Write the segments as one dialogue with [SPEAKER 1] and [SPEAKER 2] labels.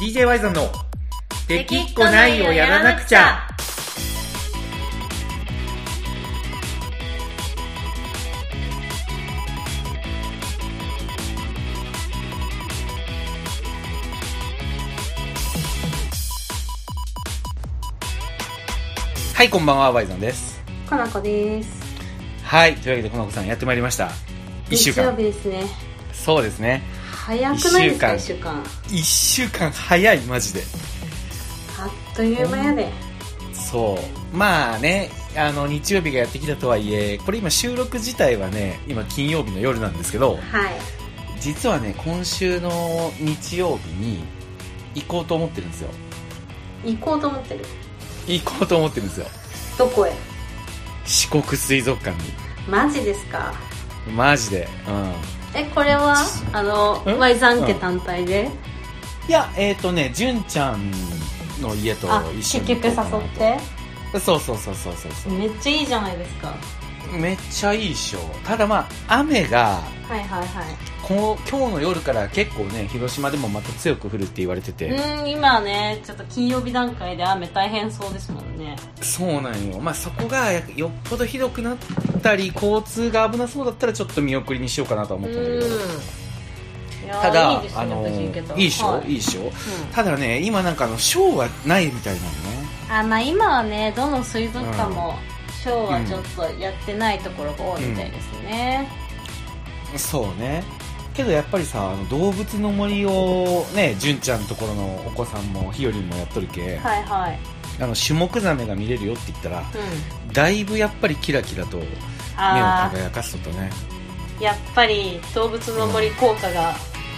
[SPEAKER 1] DJ ワイザンの「できっこないをやらなくちゃ」はいこんばんはワイザンです
[SPEAKER 2] かなこです
[SPEAKER 1] はいというわけでこの子さんやってまいりました1週
[SPEAKER 2] 日曜
[SPEAKER 1] 間
[SPEAKER 2] 日ですね
[SPEAKER 1] そうですね
[SPEAKER 2] 早くないです
[SPEAKER 1] 一
[SPEAKER 2] か1
[SPEAKER 1] 週
[SPEAKER 2] 週間
[SPEAKER 1] 1週間早いマジで
[SPEAKER 2] あっという間やで
[SPEAKER 1] そうまあねあの日曜日がやってきたとはいえこれ今収録自体はね今金曜日の夜なんですけど
[SPEAKER 2] はい
[SPEAKER 1] 実はね今週の日曜日に行こうと思ってるんですよ
[SPEAKER 2] 行こうと思ってる
[SPEAKER 1] 行こうと思ってるんですよ
[SPEAKER 2] どこへ
[SPEAKER 1] 四国水族館
[SPEAKER 2] マジですか
[SPEAKER 1] にマジでうん
[SPEAKER 2] えこれはあの
[SPEAKER 1] え
[SPEAKER 2] Y さん家単体で、
[SPEAKER 1] いやえっ、ー、とね純ちゃんの家と
[SPEAKER 2] あ
[SPEAKER 1] 一緒
[SPEAKER 2] 結
[SPEAKER 1] に
[SPEAKER 2] 局誘って
[SPEAKER 1] てそうそうそうそうそうそ
[SPEAKER 2] めっちゃいいじゃないですか
[SPEAKER 1] うめっちゃいいっしょただまあ雨が
[SPEAKER 2] はいはいは
[SPEAKER 1] こう今日の夜から結構ね広島でもまた強く降るって言われてて、
[SPEAKER 2] いうん今ねちょっと金曜日段階で雨大変そうですもんね
[SPEAKER 1] そうなんよ、まあ、そこがやよっぽどひどくなったり交通が危なそうだったらちょっと見送りにしようかなとは
[SPEAKER 2] う
[SPEAKER 1] 思
[SPEAKER 2] ん
[SPEAKER 1] ったんだけど
[SPEAKER 2] いやー
[SPEAKER 1] ただ
[SPEAKER 2] いいですね
[SPEAKER 1] あの
[SPEAKER 2] 無事行けた
[SPEAKER 1] いいっしょ、
[SPEAKER 2] はい
[SPEAKER 1] い、いっしょ
[SPEAKER 2] うん
[SPEAKER 1] ただね今なんかあのショーがないみたいなのね
[SPEAKER 2] あまあ今はねどの水族館もショーはちょっとやってないところが多いみたいですね、
[SPEAKER 1] そうねけどやっぱりさあの動物の森をね純ちゃんのところのお子さんもひよりんもやっとるけ、
[SPEAKER 2] はいはい、
[SPEAKER 1] あのシュモクザメが見れるよって言ったら
[SPEAKER 2] うん、
[SPEAKER 1] だいぶやっぱりキラキラと目を
[SPEAKER 2] あ
[SPEAKER 1] 輝かすとね
[SPEAKER 2] あやっぱり動物の森効果が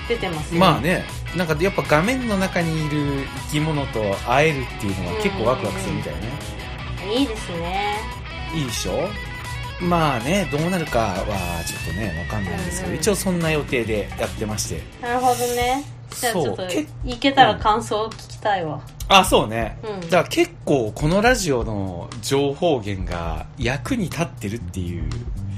[SPEAKER 2] 出てますね、
[SPEAKER 1] まあねなんかやっぱ画面の中にいる生き物と会えるっていうのは結構ワクワクするみたいなね
[SPEAKER 2] いいですね
[SPEAKER 1] いいでしょまあねどうなるかはちょっとねわかんないんですけど、
[SPEAKER 2] うんうん
[SPEAKER 1] 一応そんな予定でやってまして
[SPEAKER 2] なるほどねじゃあち
[SPEAKER 1] そう
[SPEAKER 2] ょっと
[SPEAKER 1] 結
[SPEAKER 2] 行けたら感想を聞きたいわ
[SPEAKER 1] あそうね、
[SPEAKER 2] うん
[SPEAKER 1] だから結構このラジオの情報源が役に立ってるっていう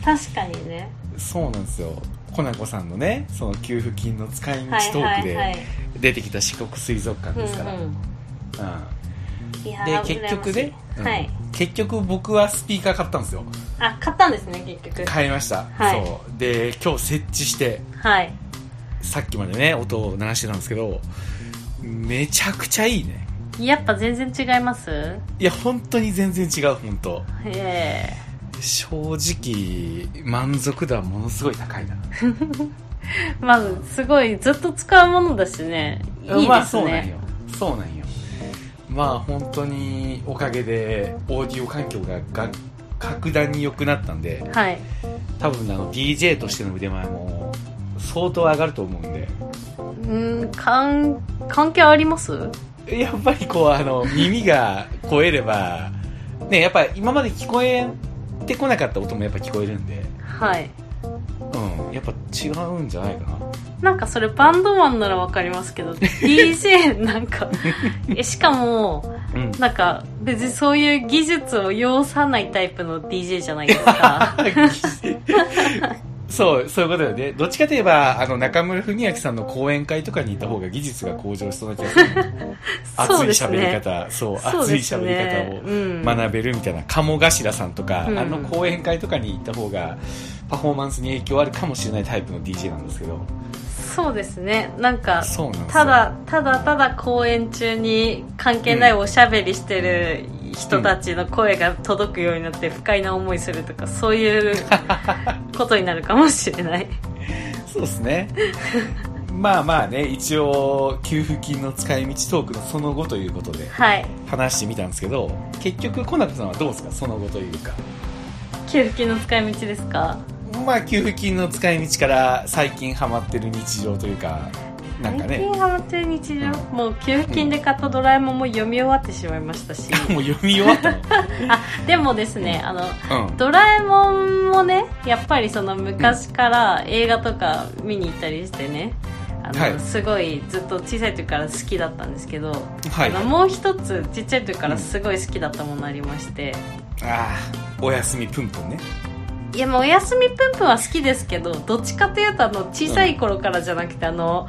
[SPEAKER 2] 確かにね
[SPEAKER 1] そうなんですよコナコさんのねその給付金の使い道
[SPEAKER 2] はい
[SPEAKER 1] トー
[SPEAKER 2] は
[SPEAKER 1] ク
[SPEAKER 2] いは
[SPEAKER 1] で
[SPEAKER 2] い
[SPEAKER 1] 出てきた四国水族館
[SPEAKER 2] うん
[SPEAKER 1] ですから、
[SPEAKER 2] うん
[SPEAKER 1] うん
[SPEAKER 2] いや
[SPEAKER 1] で
[SPEAKER 2] ー
[SPEAKER 1] 結局ね、
[SPEAKER 2] 羨ましいはい
[SPEAKER 1] うん結局僕はスピーカー買ったんですよ
[SPEAKER 2] あ買ったんですね結局
[SPEAKER 1] 買いました、
[SPEAKER 2] はい
[SPEAKER 1] そうで今日設置して
[SPEAKER 2] はい
[SPEAKER 1] さっきまでね音を鳴らしてたんですけどめちゃくちゃいいね
[SPEAKER 2] やっぱ全然違います
[SPEAKER 1] いや本当に全然違う本当
[SPEAKER 2] へえ
[SPEAKER 1] 正直満足度はものすごい高いな
[SPEAKER 2] まずすごいずっと使うものだしねいいですね、
[SPEAKER 1] まあそうなんよそうなんよまあ本当におかげでオーディオ環境がが格段に良くなったんで
[SPEAKER 2] はい
[SPEAKER 1] 多分あの DJ としての腕前も相当上がると思うんで
[SPEAKER 2] うん関関係ありますうん
[SPEAKER 1] やっぱりこうあの耳が超えればねやっぱり今まで聞こえてこなかった音もやっぱ聞こえるんで
[SPEAKER 2] はい
[SPEAKER 1] うんやっぱ違うんじゃないかな
[SPEAKER 2] なんかそれバンドマンならわかります けど DJ なんかえしかも
[SPEAKER 1] うん
[SPEAKER 2] なんか別にそういう技術を要さないタイプの DJ じゃないで すか
[SPEAKER 1] そうそういうことよねどっちかといえばあの中村文明さんの講演会とかに行った方が技術が向上しそうな気がする 熱い喋り方そう,、
[SPEAKER 2] そう
[SPEAKER 1] 熱い
[SPEAKER 2] です
[SPEAKER 1] 喋
[SPEAKER 2] ね
[SPEAKER 1] り方を
[SPEAKER 2] うん
[SPEAKER 1] 学べるみたいな鴨頭さんとか、
[SPEAKER 2] うん
[SPEAKER 1] あの講演会とかに行った方がパフォーマンスに影響あるかもしれないタイプの DJ なんですけど
[SPEAKER 2] そうですねなんか
[SPEAKER 1] そうなんですよ
[SPEAKER 2] ただただただ公演中に関係ないおしゃべりしてる人たちの声が届くようになって不快な思いするとかそういう ことになるかもしれない
[SPEAKER 1] そうですね まあまあね一応給付金の使い道トークのその後ということで
[SPEAKER 2] はい
[SPEAKER 1] 話してみたんですけど結局コナコさんはどうですかその後というか
[SPEAKER 2] 給付金の使い道ですか
[SPEAKER 1] まあ給付金の使い道から最近ハマってる日常というかなんか
[SPEAKER 2] 最
[SPEAKER 1] ね
[SPEAKER 2] 近ハマってる日常、もう給付金で買ったドラえもんも読み終わってしまいましたし
[SPEAKER 1] もう読み終わ った
[SPEAKER 2] あでもですねあの
[SPEAKER 1] のうん
[SPEAKER 2] ドラえもんもねやっぱりその昔から映画とか見に行ったりしてねあの、
[SPEAKER 1] はい
[SPEAKER 2] すごいずっと小さい時から好きだったんですけど、
[SPEAKER 1] はい
[SPEAKER 2] あのもう一つちっちゃい時からすごい好きだったものありまして、
[SPEAKER 1] ああおやすみプンプンね
[SPEAKER 2] いやもうおやすみぷんぷんは好きですけどどっちかというとあの小さい頃からじゃなくて、あの思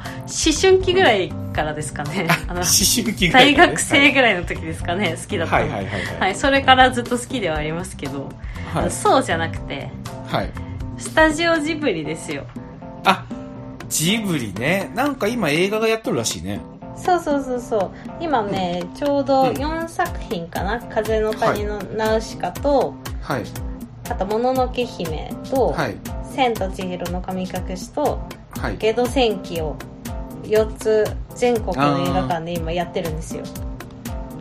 [SPEAKER 2] 春期ぐらいからですかねあの
[SPEAKER 1] 思春期ぐらい
[SPEAKER 2] 大
[SPEAKER 1] だね、
[SPEAKER 2] 学生ぐらいの時ですかね、好きだった
[SPEAKER 1] は
[SPEAKER 2] の
[SPEAKER 1] いはいはいはい
[SPEAKER 2] はい、それからずっと好きではありますけど、
[SPEAKER 1] はい、はい
[SPEAKER 2] そうじゃなくて
[SPEAKER 1] はい
[SPEAKER 2] スタジオジブリですよ
[SPEAKER 1] あジブリねなんか今映画がやっとるらしいね
[SPEAKER 2] そうそうそうそう今ねちょうど
[SPEAKER 1] うん
[SPEAKER 2] 4作品かな「風の谷のナウシカと」
[SPEAKER 1] はい
[SPEAKER 2] あと「もののけ姫」と
[SPEAKER 1] はい
[SPEAKER 2] 「千と千尋の神隠し」と
[SPEAKER 1] は
[SPEAKER 2] 「
[SPEAKER 1] い
[SPEAKER 2] ゲド戦記」を4つ全国の映画館で今やってるんですよ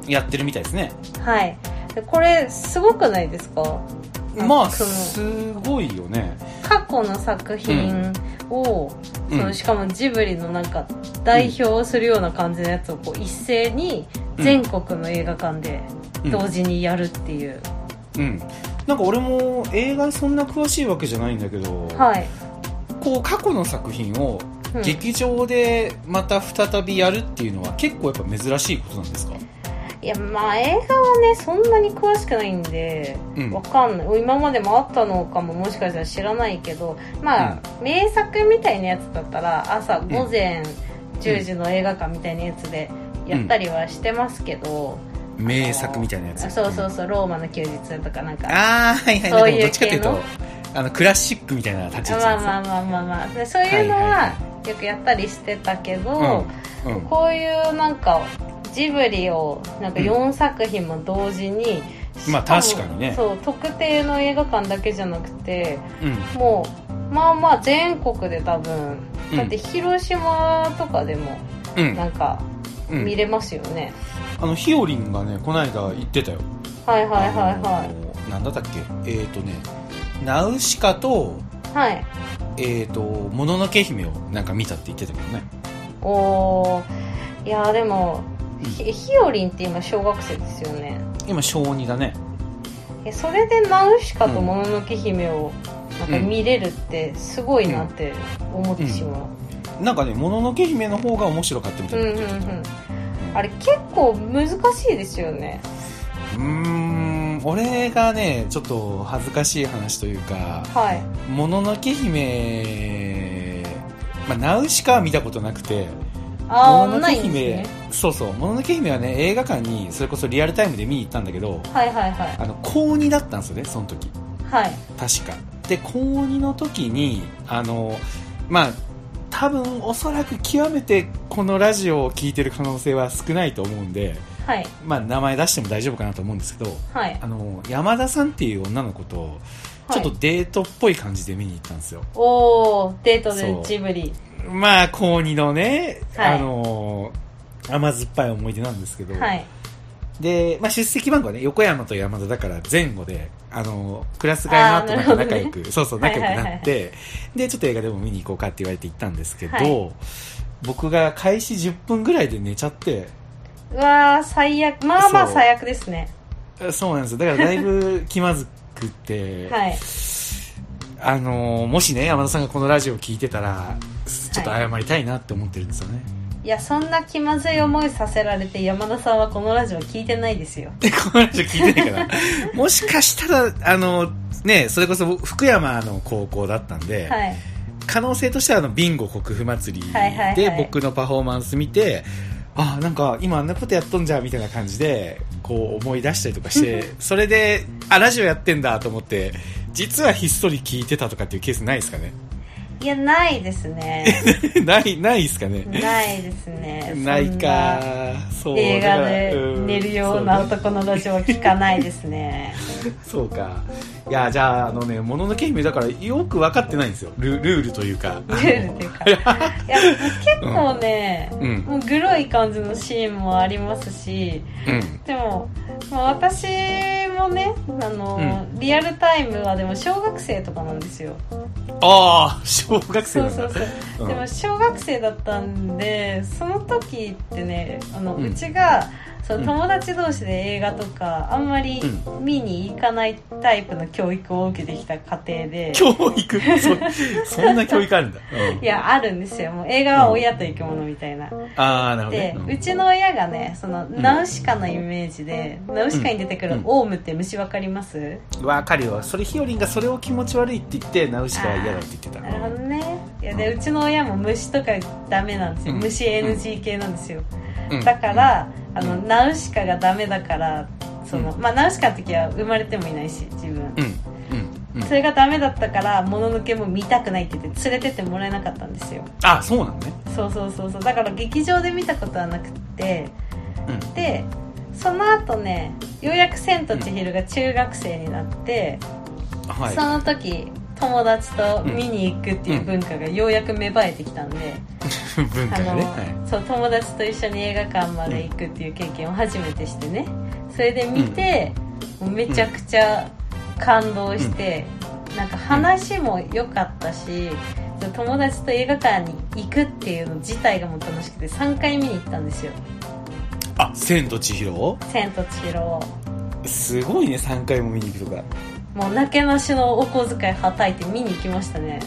[SPEAKER 1] やってるみたいですね
[SPEAKER 2] はいでこれすごくないですか
[SPEAKER 1] まあ
[SPEAKER 2] その
[SPEAKER 1] すごいよね
[SPEAKER 2] 過去の作品
[SPEAKER 1] う
[SPEAKER 2] を、
[SPEAKER 1] ん
[SPEAKER 2] そのしかもジブリのなんか代表をするような感じのやつをこう一斉に
[SPEAKER 1] うん
[SPEAKER 2] 全国の映画館で
[SPEAKER 1] うん
[SPEAKER 2] 同時にやるっていう、
[SPEAKER 1] うんなんか俺も映画そんな詳しいわけじゃないんだけど、
[SPEAKER 2] はい、
[SPEAKER 1] こう過去の作品を
[SPEAKER 2] うん
[SPEAKER 1] 劇場でまた再びやるっていうのは結構やっぱ珍しいことなんですか
[SPEAKER 2] いやまあ映画はねそんなに詳しくないんで、
[SPEAKER 1] うん
[SPEAKER 2] わかんない今までもあったのかももしかしたら知らないけどまあ、名作みたいなやつだったら朝午前10時の映画館みたいなやつでやったりはしてますけど、
[SPEAKER 1] 名作みたいなやつ
[SPEAKER 2] そうそうそう「ローマの休日」とかなんか
[SPEAKER 1] ああはいはい
[SPEAKER 2] そうい
[SPEAKER 1] で
[SPEAKER 2] う
[SPEAKER 1] もどっちかっていう
[SPEAKER 2] 系
[SPEAKER 1] と
[SPEAKER 2] の
[SPEAKER 1] あのクラシックみたいな立ち位置
[SPEAKER 2] ま
[SPEAKER 1] な
[SPEAKER 2] あ
[SPEAKER 1] んです
[SPEAKER 2] まあまあまあまあでそういうの
[SPEAKER 1] はいはい
[SPEAKER 2] は
[SPEAKER 1] は
[SPEAKER 2] よくやったりしてたけど、
[SPEAKER 1] うんうん
[SPEAKER 2] こういうなんかジブリをなんか
[SPEAKER 1] うん
[SPEAKER 2] 4作品も同時に、
[SPEAKER 1] まあ
[SPEAKER 2] しも
[SPEAKER 1] 確かにね
[SPEAKER 2] そう特定の映画館だけじゃなくて
[SPEAKER 1] うん
[SPEAKER 2] もうまあまあ全国で多分
[SPEAKER 1] うん
[SPEAKER 2] だって広島とかでも
[SPEAKER 1] うん
[SPEAKER 2] なんか
[SPEAKER 1] うん
[SPEAKER 2] 見れますよね、
[SPEAKER 1] あのひよりんがねこの間言ってたよ
[SPEAKER 2] はいはいはい
[SPEAKER 1] あ
[SPEAKER 2] は
[SPEAKER 1] のなんだったっけえっ、ー、とねナウシカと
[SPEAKER 2] いはい
[SPEAKER 1] えっ、ー、ともののけ姫をなんか見たって言ってたけどね
[SPEAKER 2] おーいやーでも
[SPEAKER 1] うん
[SPEAKER 2] ひひよりんって今小学生ですよね
[SPEAKER 1] 今小2だね
[SPEAKER 2] えそれでナウシカともののけ姫をなんか見れるってすごいなって思ってしまう
[SPEAKER 1] なんかねもののけ姫の方が面白かったみた
[SPEAKER 2] うん
[SPEAKER 1] いな
[SPEAKER 2] う
[SPEAKER 1] こ
[SPEAKER 2] ん
[SPEAKER 1] と
[SPEAKER 2] う
[SPEAKER 1] 言ってた
[SPEAKER 2] んあれ結構難しいですよね
[SPEAKER 1] うーん俺がねちょっと恥ずかしい話というか
[SPEAKER 2] はい
[SPEAKER 1] もののけ姫、まあ、ナウシカは見たことなくて
[SPEAKER 2] あ
[SPEAKER 1] もの
[SPEAKER 2] あ
[SPEAKER 1] の
[SPEAKER 2] な
[SPEAKER 1] け
[SPEAKER 2] いん
[SPEAKER 1] 姫、
[SPEAKER 2] ですね
[SPEAKER 1] そうそうもののけ姫はね映画館にそれこそリアルタイムで見に行ったんだけど
[SPEAKER 2] はいはいはい
[SPEAKER 1] あの高2だったんですよねその時
[SPEAKER 2] はい
[SPEAKER 1] 確かで高2の時にあのまあ多分おそらく極めてこのラジオを聞いてる可能性は少ないと思うんで、
[SPEAKER 2] はい
[SPEAKER 1] まあ、名前出しても大丈夫かなと思うんですけど
[SPEAKER 2] はい
[SPEAKER 1] あの山田さんっていう女の子とちょっと
[SPEAKER 2] はい
[SPEAKER 1] デートっぽい感じで見に行ったんですよ、
[SPEAKER 2] おーデートで
[SPEAKER 1] そう
[SPEAKER 2] ジブリ
[SPEAKER 1] まあ高2のね、
[SPEAKER 2] は
[SPEAKER 1] あ
[SPEAKER 2] い
[SPEAKER 1] の甘酸っぱい思い出なんですけど、
[SPEAKER 2] はい
[SPEAKER 1] で、まあ、出席番号はね横山と山田だから前後であのクラス替えの後なんか
[SPEAKER 2] あーな
[SPEAKER 1] 仲
[SPEAKER 2] る
[SPEAKER 1] 良
[SPEAKER 2] ほ
[SPEAKER 1] く、そうそう
[SPEAKER 2] はい
[SPEAKER 1] 仲
[SPEAKER 2] はい
[SPEAKER 1] 良
[SPEAKER 2] はい
[SPEAKER 1] くなって、でちょっと映画でも見に行こうかって言われて行ったんですけど、
[SPEAKER 2] はい
[SPEAKER 1] 僕が開始10分ぐらいで寝ちゃって
[SPEAKER 2] うわー最悪まあまあ
[SPEAKER 1] そう
[SPEAKER 2] 最悪ですね
[SPEAKER 1] そうなんですよだからだいぶ気まずくて、
[SPEAKER 2] はい
[SPEAKER 1] あのもしね山田さんがこのラジオを聞いてたらちょっと謝りたいなって思ってるんですよね、
[SPEAKER 2] いやそんな気まずい思いさせられて山田さんはこのラジオ聞いてないですよ
[SPEAKER 1] でこのラジオ聞いてないから もしかしたらあのねそれこそ福山の高校だったんで、
[SPEAKER 2] はい
[SPEAKER 1] 可能性としてはあのビンゴ国府祭り
[SPEAKER 2] はいはい
[SPEAKER 1] で
[SPEAKER 2] はい
[SPEAKER 1] 僕のパフォーマンス見て、あなんか今あんなことやっとんじゃんみたいな感じでこう思い出したりとかしてそれであラジオやってんだと思って実はひっそり聞いてたとかっていうケースないですかね
[SPEAKER 2] いやないですね
[SPEAKER 1] ないないですかね、
[SPEAKER 2] ないですね
[SPEAKER 1] ないかそ
[SPEAKER 2] そん
[SPEAKER 1] う
[SPEAKER 2] な
[SPEAKER 1] だ
[SPEAKER 2] 映画で
[SPEAKER 1] からうん
[SPEAKER 2] 寝るような男のラジオは聞かないですね
[SPEAKER 1] そうかいやじゃああのね「もののけ姫」だからよく分かってないんですよルルールというか
[SPEAKER 2] ルールっていうかいや結構ね、
[SPEAKER 1] うん
[SPEAKER 2] もうグロい感じのシーンもありますし
[SPEAKER 1] うん
[SPEAKER 2] でも、まあ、私もねあの、リアルタイムはでも小学生とかなんですよ
[SPEAKER 1] ああ小学生
[SPEAKER 2] そ
[SPEAKER 1] な
[SPEAKER 2] う
[SPEAKER 1] だ
[SPEAKER 2] んそうそう
[SPEAKER 1] うん
[SPEAKER 2] でも小学生だったんでその時ってねあの、う
[SPEAKER 1] うん
[SPEAKER 2] ちがその友達同士で映画とかあんまり
[SPEAKER 1] う
[SPEAKER 2] 見に行かないタイプの教育を受けてきた家庭で
[SPEAKER 1] 教育そそんな教育あるんだ、うん
[SPEAKER 2] いやあるんですよもう映画は親と生き物みたいな
[SPEAKER 1] ああなるほど
[SPEAKER 2] で
[SPEAKER 1] ね、うん
[SPEAKER 2] うちの親がねそのナウシカのイメージで、ナウシカに出てくるオウムって虫わかります、
[SPEAKER 1] わかるよそれひよりんがそれを気持ち悪いって言ってナウシカは嫌だって言ってた
[SPEAKER 2] なるほどねいやでうちの親も虫とかダメなんですよ、
[SPEAKER 1] うん
[SPEAKER 2] 虫 NG 系なんですよ、
[SPEAKER 1] うん
[SPEAKER 2] だから、あのナウシカがダメだからその、
[SPEAKER 1] う
[SPEAKER 2] まあ、ナウシカの時は生まれてもいないし自
[SPEAKER 1] う
[SPEAKER 2] 分、
[SPEAKER 1] んうんうん
[SPEAKER 2] それがダメだったからもののけも見たくないって言って連れてってもらえなかったんですよ
[SPEAKER 1] あそうなのね
[SPEAKER 2] そうそうそうそうだから劇場で見たことはなくて
[SPEAKER 1] うん
[SPEAKER 2] でその後ねようやく「千と千尋」が中学生になって、
[SPEAKER 1] はい
[SPEAKER 2] その時友達と見に行くっていう文化がようやく芽生えてきたんで、
[SPEAKER 1] 文化
[SPEAKER 2] あ
[SPEAKER 1] が
[SPEAKER 2] の
[SPEAKER 1] ね、はい
[SPEAKER 2] そう友達と一緒に映画館まで行くっていう経験を初めてしてねそれで見て、もうめちゃくちゃ感動して、なんか話も良かったしそう友達と映画館に行くっていうの自体がもう楽しくて3回見に行ったんですよ
[SPEAKER 1] あ千と千尋
[SPEAKER 2] 「千と千尋」を
[SPEAKER 1] すごいね3回も見に行くとか
[SPEAKER 2] もうなけなしのお小遣いはたいて見に行きましたね、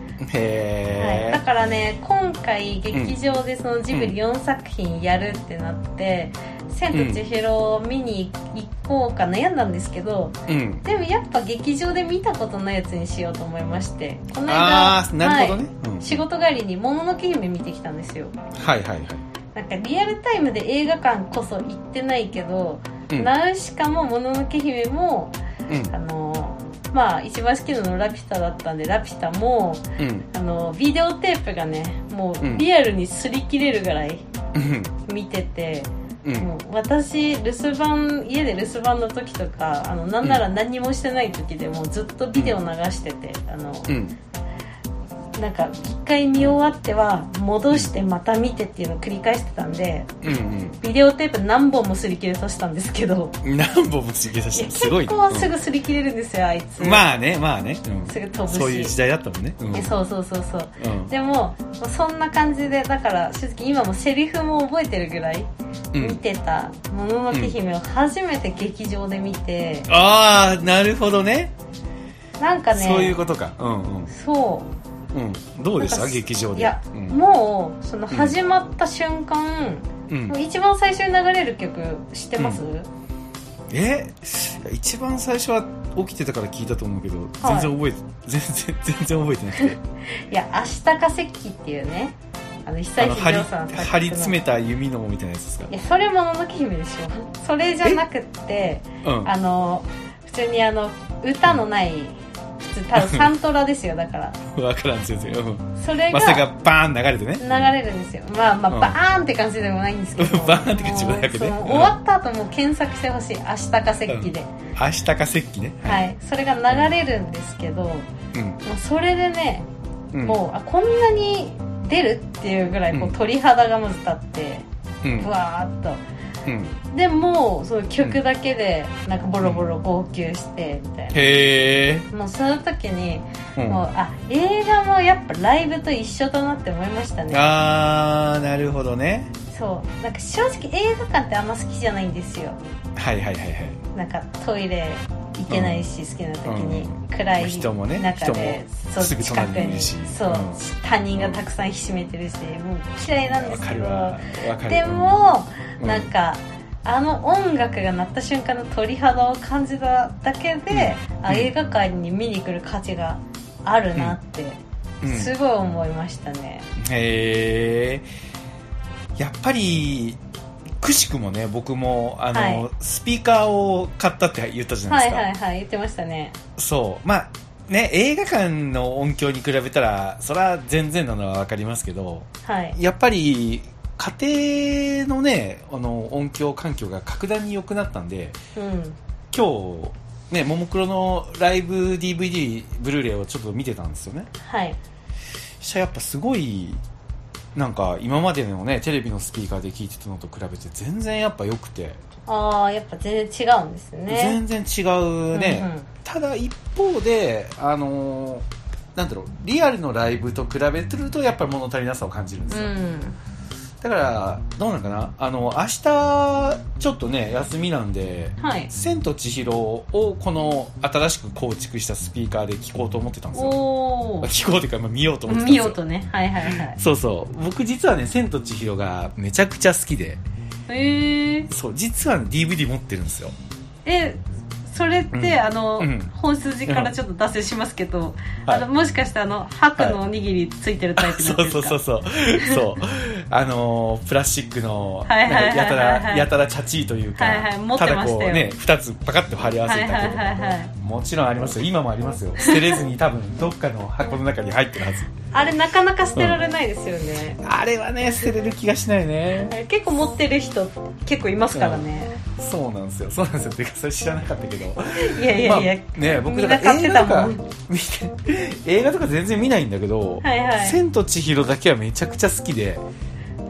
[SPEAKER 2] はい
[SPEAKER 1] へ
[SPEAKER 2] だからね今回劇場でそのジブリ4作品やるってなって「千と千尋」を見に行こうか悩んだんですけど
[SPEAKER 1] え、うん、
[SPEAKER 2] でもやっぱ劇場で見たことないやつにしようと思いましてこの
[SPEAKER 1] ああ
[SPEAKER 2] 間
[SPEAKER 1] なるほどね、う
[SPEAKER 2] はい
[SPEAKER 1] ん
[SPEAKER 2] 仕事帰りに「もののけ姫」見てきたんですよ
[SPEAKER 1] はいはいはい
[SPEAKER 2] なんかリアルタイムで映画館こそ行ってないけど、
[SPEAKER 1] うん
[SPEAKER 2] ナウシカも「もののけ姫」も
[SPEAKER 1] うん
[SPEAKER 2] あのまあ一番好きなのラピュタだったんでラピュタも
[SPEAKER 1] うん
[SPEAKER 2] あのビデオテープがねも
[SPEAKER 1] うん
[SPEAKER 2] うリアルに擦り切れるぐらい
[SPEAKER 1] うん
[SPEAKER 2] 見てて、
[SPEAKER 1] うん
[SPEAKER 2] もう私留守番家で留守番の時とかあのなんなら何もしてない時でもずっとビデオ流しててあの、
[SPEAKER 1] うん
[SPEAKER 2] なんか一回見終わっては戻してまた見てっていうのを繰り返してたんで
[SPEAKER 1] うん
[SPEAKER 2] ビデオテープ何本も擦り切れさせたんですけど
[SPEAKER 1] うん何本も次げさ
[SPEAKER 2] い
[SPEAKER 1] せ
[SPEAKER 2] や
[SPEAKER 1] た
[SPEAKER 2] 結
[SPEAKER 1] すごいね、
[SPEAKER 2] 構すぐ擦り切れるんですよあいつ、
[SPEAKER 1] うんまあねまあね、うん
[SPEAKER 2] すぐ飛ぶし
[SPEAKER 1] そういう時代だったもんね、うん
[SPEAKER 2] えそうそうそうそう
[SPEAKER 1] うん
[SPEAKER 2] でもそんな感じでだから正直今もセリフも覚えてるぐらい
[SPEAKER 1] うん
[SPEAKER 2] 見てた「もののけ姫」を初めて劇場で見て、
[SPEAKER 1] ああなるほどね
[SPEAKER 2] なんかね
[SPEAKER 1] そういうことかうんうん
[SPEAKER 2] そ
[SPEAKER 1] うんどう
[SPEAKER 2] う
[SPEAKER 1] でした
[SPEAKER 2] なんか
[SPEAKER 1] 劇場で
[SPEAKER 2] いや、
[SPEAKER 1] うん
[SPEAKER 2] もうその始まった瞬間、
[SPEAKER 1] うん
[SPEAKER 2] もう一番最初に流れる曲知ってます、
[SPEAKER 1] え一番最初は起きてたから聞いたと思うけど、
[SPEAKER 2] は
[SPEAKER 1] 全
[SPEAKER 2] い
[SPEAKER 1] 然覚えて全然全然覚えてなく て
[SPEAKER 2] いや「明日化石器」っていうねあの久
[SPEAKER 1] あの
[SPEAKER 2] 石
[SPEAKER 1] 張り
[SPEAKER 2] 譲さん作曲の
[SPEAKER 1] 張り詰めた弓のみたいなやつですか
[SPEAKER 2] いやそれもののけ姫でしょそれじゃなくって
[SPEAKER 1] うん
[SPEAKER 2] あの普通にあの歌のない普通多分サントラですよだから
[SPEAKER 1] 分からん先生、うん、
[SPEAKER 2] それ
[SPEAKER 1] まさ
[SPEAKER 2] が
[SPEAKER 1] かバーン流れて
[SPEAKER 2] 流
[SPEAKER 1] ね
[SPEAKER 2] れるんですよまあまあ、
[SPEAKER 1] うん
[SPEAKER 2] バーンって感じでもないんですけど
[SPEAKER 1] バーンって感じじゃなくてね
[SPEAKER 2] もうそう
[SPEAKER 1] うん
[SPEAKER 2] 終わった後もう検索してほしい「明日化石器で」
[SPEAKER 1] 明日か石器ね
[SPEAKER 2] はい、それが流れるんですけど、も
[SPEAKER 1] うん
[SPEAKER 2] うそれでね、
[SPEAKER 1] うん
[SPEAKER 2] もうあこんなに出るっていうぐらいこう
[SPEAKER 1] うん
[SPEAKER 2] 鳥肌がまず立って、
[SPEAKER 1] うん
[SPEAKER 2] ぶわーっと
[SPEAKER 1] うん
[SPEAKER 2] でもうその曲だけでなんかボロボロ号泣してみたいな、
[SPEAKER 1] へえ、
[SPEAKER 2] もうその時に
[SPEAKER 1] う、
[SPEAKER 2] もうんあ映画もやっぱライブと一緒だなって思いましたね
[SPEAKER 1] あーなるほどね
[SPEAKER 2] そうなんか正直映画館ってあんま好きじゃないんですよ
[SPEAKER 1] はいはいはいはい
[SPEAKER 2] なんかトイレ行けないし、好きな時に、
[SPEAKER 1] うん
[SPEAKER 2] 暗い
[SPEAKER 1] 人もね
[SPEAKER 2] 中で、
[SPEAKER 1] 人も
[SPEAKER 2] そう
[SPEAKER 1] すぐ
[SPEAKER 2] 近
[SPEAKER 1] 隣
[SPEAKER 2] く
[SPEAKER 1] にい
[SPEAKER 2] に
[SPEAKER 1] るし
[SPEAKER 2] そう、
[SPEAKER 1] うん
[SPEAKER 2] 他人がたくさんひしめいてるしもう嫌いなんで
[SPEAKER 1] わ
[SPEAKER 2] す
[SPEAKER 1] か
[SPEAKER 2] け
[SPEAKER 1] る
[SPEAKER 2] ど
[SPEAKER 1] わわかる
[SPEAKER 2] でも、
[SPEAKER 1] うん
[SPEAKER 2] なんかあの音楽が鳴った瞬間の鳥肌を感じただけで、
[SPEAKER 1] ん
[SPEAKER 2] あ
[SPEAKER 1] うん
[SPEAKER 2] 映画館に見に来る価値があるなって、
[SPEAKER 1] うん
[SPEAKER 2] すごい思いましたね、
[SPEAKER 1] へえやっぱりくしくもね僕もあの、
[SPEAKER 2] はい
[SPEAKER 1] スピーカーを買ったって言ったじゃない
[SPEAKER 2] は
[SPEAKER 1] で
[SPEAKER 2] い
[SPEAKER 1] すか、
[SPEAKER 2] はいはい言ってましたね
[SPEAKER 1] そうまあね映画館の音響に比べたらそれは全然なのは分かりますけど
[SPEAKER 2] はい
[SPEAKER 1] やっぱり家庭のねあの音響環境が格段に良くなったんで
[SPEAKER 2] うん
[SPEAKER 1] 今日ねももクロのライブ DVD ブルーレイをちょっと見てたんですよね
[SPEAKER 2] はい
[SPEAKER 1] そしたらやっぱすごいなんか今までのねテレビのスピーカーで聞いてたのと比べて全然やっぱ良くて、
[SPEAKER 2] ああやっぱ全然違うんですね
[SPEAKER 1] 全然違うね、ただ一方であのーなんだろうリアルのライブと比べてるとやっぱり物足りなさを感じるんで
[SPEAKER 2] う
[SPEAKER 1] す
[SPEAKER 2] んう
[SPEAKER 1] よ、
[SPEAKER 2] ん、うん
[SPEAKER 1] だから、どうなんかなあの、明日、ちょっとね、休みなんで、
[SPEAKER 2] はい
[SPEAKER 1] 千と千尋をこの新しく構築したスピーカーで聞こうと思ってたんですよ。
[SPEAKER 2] おお
[SPEAKER 1] 聞こうというか、まあ、見ようと思ってたん
[SPEAKER 2] 見
[SPEAKER 1] です
[SPEAKER 2] よ
[SPEAKER 1] よ
[SPEAKER 2] う。とねはいはいはい
[SPEAKER 1] そうそう。僕実はね、千と千尋がめちゃくちゃ好きで、
[SPEAKER 2] えー、
[SPEAKER 1] そう、実はね DVD 持ってるんですよ。
[SPEAKER 2] えそれって、
[SPEAKER 1] うん
[SPEAKER 2] あの、
[SPEAKER 1] うん
[SPEAKER 2] 本筋からちょっと脱線しますけど、
[SPEAKER 1] は
[SPEAKER 2] あの
[SPEAKER 1] い。
[SPEAKER 2] もしかしてあの白のおにぎりついてるタイプの
[SPEAKER 1] そうそうそうそう。そう。あのープラスチックの、
[SPEAKER 2] はいはいはいはい
[SPEAKER 1] やたら、やたらチャチーというか、
[SPEAKER 2] はいはい持ってましたよ
[SPEAKER 1] だこうね、二つパカッと貼り合わせ
[SPEAKER 2] は
[SPEAKER 1] たけ
[SPEAKER 2] い
[SPEAKER 1] ど、
[SPEAKER 2] はいはいはい
[SPEAKER 1] もちろんありますよ。今もありますよ。捨てれずに多分、どっかの箱の中に入ってるは ず。
[SPEAKER 2] あれなかなか捨てられないですよね、
[SPEAKER 1] あれはね、捨てれる気がしないね。
[SPEAKER 2] あれ結構持ってる人結構いますからね、
[SPEAKER 1] そうなんですよ。そうなんですよ。てか、それ知らなかったけど。
[SPEAKER 2] いやいやいや、
[SPEAKER 1] まあ、ね僕
[SPEAKER 2] みん
[SPEAKER 1] だ
[SPEAKER 2] な
[SPEAKER 1] から映
[SPEAKER 2] 買っ
[SPEAKER 1] 画
[SPEAKER 2] てた
[SPEAKER 1] とか
[SPEAKER 2] もん
[SPEAKER 1] 見て 映画とか全然見ないんだけど「
[SPEAKER 2] はいはい
[SPEAKER 1] 千と千尋」だけはめちゃくちゃ好きで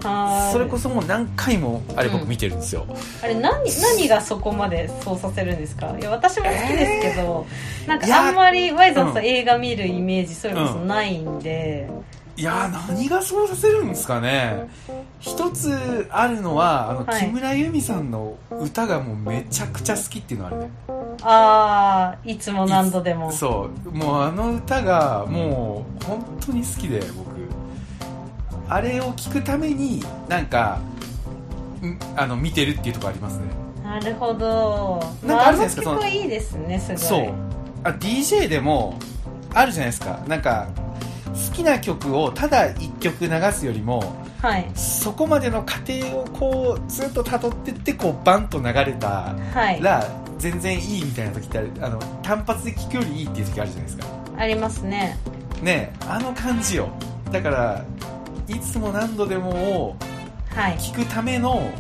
[SPEAKER 2] あー
[SPEAKER 1] それこそもう何回もあれ
[SPEAKER 2] う
[SPEAKER 1] 僕
[SPEAKER 2] ん
[SPEAKER 1] 見てるんですよ、
[SPEAKER 2] あれ何何がそこまでそうさせるんですかいや私も好きですけど、なん
[SPEAKER 1] い
[SPEAKER 2] か
[SPEAKER 1] や
[SPEAKER 2] あんまりワイザーさん、
[SPEAKER 1] うん
[SPEAKER 2] 映画見るイメージそれこそないんで、
[SPEAKER 1] いやー何がそうさせるんですかね一つあるのはあの、
[SPEAKER 2] はい
[SPEAKER 1] 木村由美さんの歌がもうめちゃくちゃ好きっていうのはあるね
[SPEAKER 2] ああいつも何度でも
[SPEAKER 1] そうもうあの歌がもう本当に好きで僕あれを聞くためになんかんあの見てるっていうところありますね
[SPEAKER 2] なるほど
[SPEAKER 1] なん
[SPEAKER 2] ま
[SPEAKER 1] かあ
[SPEAKER 2] ああ
[SPEAKER 1] るじゃないで
[SPEAKER 2] の
[SPEAKER 1] すか
[SPEAKER 2] 曲はいいですねすごい
[SPEAKER 1] そうあ DJ でもあるじゃないですかなんか好きな曲をただ1曲流すよりも
[SPEAKER 2] はい
[SPEAKER 1] そこまでの過程をこうずっと辿ってってこうバンと流れた
[SPEAKER 2] はい
[SPEAKER 1] ら全然いいみたいな時ってあるあの単発で聴くよりいいっていう時あるじゃないですか
[SPEAKER 2] ありますね
[SPEAKER 1] ねえあの感じよだからいつも何度でもを
[SPEAKER 2] はい
[SPEAKER 1] 聴くための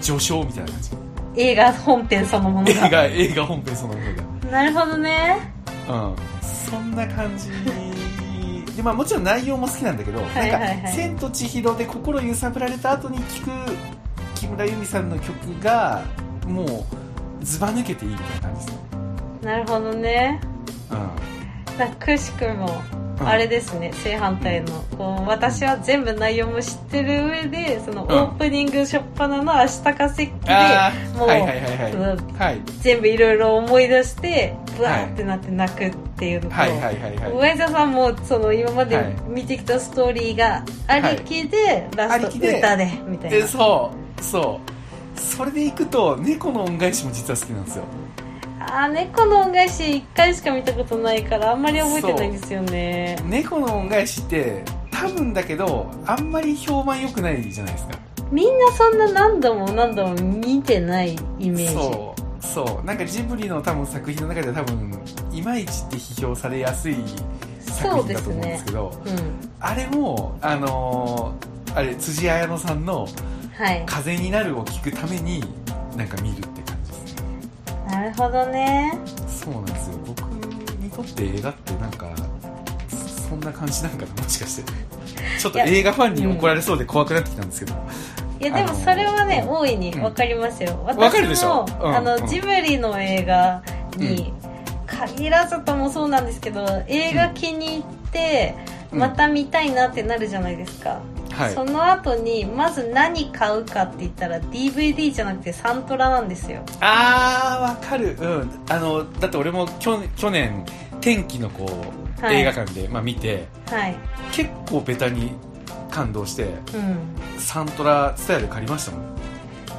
[SPEAKER 1] 序章みたいな感じ
[SPEAKER 2] 映画本編そのもの
[SPEAKER 1] 映
[SPEAKER 2] が
[SPEAKER 1] 画映画本編そのものが
[SPEAKER 2] なるほどね
[SPEAKER 1] うん、そんな感じで、まあ、もちろん内容も好きなんだけど「
[SPEAKER 2] はいはいは
[SPEAKER 1] なん
[SPEAKER 2] い
[SPEAKER 1] か千と千尋」で心揺さぶられた後に聴く木村由美さんの曲がもうずば抜けていいみたいな感じですね、
[SPEAKER 2] なるほどねなんかくしくも
[SPEAKER 1] うん、
[SPEAKER 2] あれですね正反対の、こう私は全部内容も知ってる上でそのオ
[SPEAKER 1] うん
[SPEAKER 2] ープニング初っ端の「明日か石器で」
[SPEAKER 1] あー
[SPEAKER 2] もう
[SPEAKER 1] はいはいはいはい、
[SPEAKER 2] そ
[SPEAKER 1] は
[SPEAKER 2] の
[SPEAKER 1] い、
[SPEAKER 2] 全部いろいろ思い出してブワーってなって泣くっていうのと、
[SPEAKER 1] はいはいはいはい
[SPEAKER 2] 上田さんもその今まで
[SPEAKER 1] はい
[SPEAKER 2] 見てきたストーリーがありきで、ラ
[SPEAKER 1] あ
[SPEAKER 2] ス
[SPEAKER 1] り
[SPEAKER 2] ト
[SPEAKER 1] きで
[SPEAKER 2] 歌でみたい
[SPEAKER 1] で
[SPEAKER 2] な
[SPEAKER 1] そうそうそれでいくと猫の恩返しも実は好きなんですよ
[SPEAKER 2] あー猫の恩返し1回しか見たことないからあんまり覚えてないんですよね
[SPEAKER 1] 猫の恩返しって多分だけどあんまり評判良くないじゃないですか
[SPEAKER 2] みんなそんな何度も何度も見てないイメージ
[SPEAKER 1] そうそうなんかジブリの多分作品の中では多分いまいちって批評されやすい作
[SPEAKER 2] そう
[SPEAKER 1] 品
[SPEAKER 2] で
[SPEAKER 1] だと
[SPEAKER 2] す
[SPEAKER 1] 思うんで
[SPEAKER 2] ね
[SPEAKER 1] すけど
[SPEAKER 2] うん
[SPEAKER 1] あれもあのーあれ辻彩乃さんの
[SPEAKER 2] はい
[SPEAKER 1] 「風になる」を聞くためになんか見るって感じですね
[SPEAKER 2] なるほどね
[SPEAKER 1] そうなんですよ僕にとって映画ってなんかそんな感じなんかなもしかしてちょっと
[SPEAKER 2] いや
[SPEAKER 1] 映画ファンに怒られそうで怖くなってきたんですけど、
[SPEAKER 2] いやでもそれはね、
[SPEAKER 1] あの
[SPEAKER 2] 大いに
[SPEAKER 1] うん
[SPEAKER 2] 分かりますよ、私も
[SPEAKER 1] わかるでしょうん
[SPEAKER 2] あの、
[SPEAKER 1] うん
[SPEAKER 2] ジブリの映画に限らずともそうなんですけど映画気に入って
[SPEAKER 1] うん
[SPEAKER 2] また見たいなってなるじゃないですか、
[SPEAKER 1] はい
[SPEAKER 2] その後にまず何買うかって言ったら DVD じゃなくてサントラなんですよ
[SPEAKER 1] あーわかるうんあのだって俺も去去年天気の子を
[SPEAKER 2] はい
[SPEAKER 1] 映画館で、まあ、見て
[SPEAKER 2] はい
[SPEAKER 1] 結構ベタに感動して
[SPEAKER 2] うん
[SPEAKER 1] サントラスタイル借りましたも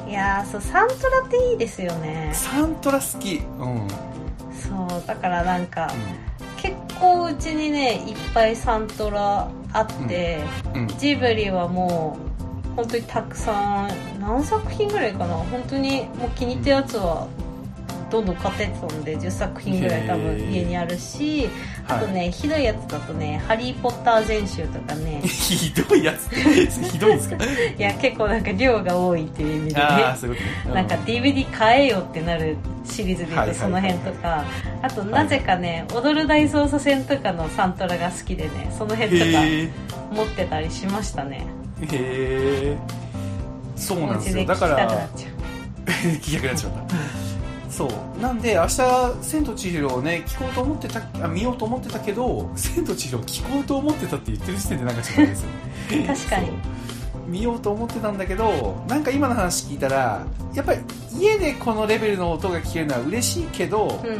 [SPEAKER 1] ん
[SPEAKER 2] いやーそうサントラっていいですよね
[SPEAKER 1] サントラ好きうん、うん、
[SPEAKER 2] そうだからなんか結構うちにねいっぱいサントラあって、
[SPEAKER 1] うん
[SPEAKER 2] ジブリはもう本当にたくさん何作品ぐらいかな本当にもう気に入ったやつはどんどん買ってってたので10作品ぐらい多
[SPEAKER 1] へ
[SPEAKER 2] 分
[SPEAKER 1] ー
[SPEAKER 2] 家にあるしあとね、ひどいやつだとね「ハリー・ポッター」全集とかね
[SPEAKER 1] はい、 ひどいやつってひどいん ですか
[SPEAKER 2] いや結構なんか量が多いっていう意味で
[SPEAKER 1] ああ
[SPEAKER 2] ね
[SPEAKER 1] そういうことね、う
[SPEAKER 2] なんか DVD 買えよってなるシリーズで言
[SPEAKER 1] は
[SPEAKER 2] う
[SPEAKER 1] いは
[SPEAKER 2] と
[SPEAKER 1] い
[SPEAKER 2] その辺とかあとなぜかね「踊る大捜査線」とかのサントラが好きでねその辺とか
[SPEAKER 1] へえ
[SPEAKER 2] 持ってたりしましたね
[SPEAKER 1] へえそう
[SPEAKER 2] お
[SPEAKER 1] なんで
[SPEAKER 2] 家
[SPEAKER 1] す
[SPEAKER 2] で
[SPEAKER 1] よ
[SPEAKER 2] 聴
[SPEAKER 1] だ
[SPEAKER 2] き
[SPEAKER 1] か
[SPEAKER 2] たくなっ
[SPEAKER 1] ら
[SPEAKER 2] ちゃう
[SPEAKER 1] 聞きたくなっちゃったそうなんで明日「千と千尋」をね聞こうと思ってたあ見ようと思ってたけど「千と千尋」聞こうと思ってたって言ってる時点でなんか違うんですよ
[SPEAKER 2] 確かに
[SPEAKER 1] そう見ようと思ってたんだけどなんか今の話聞いたらやっぱり家でこのレベルの音が聞けるのは嬉しいけど、
[SPEAKER 2] うん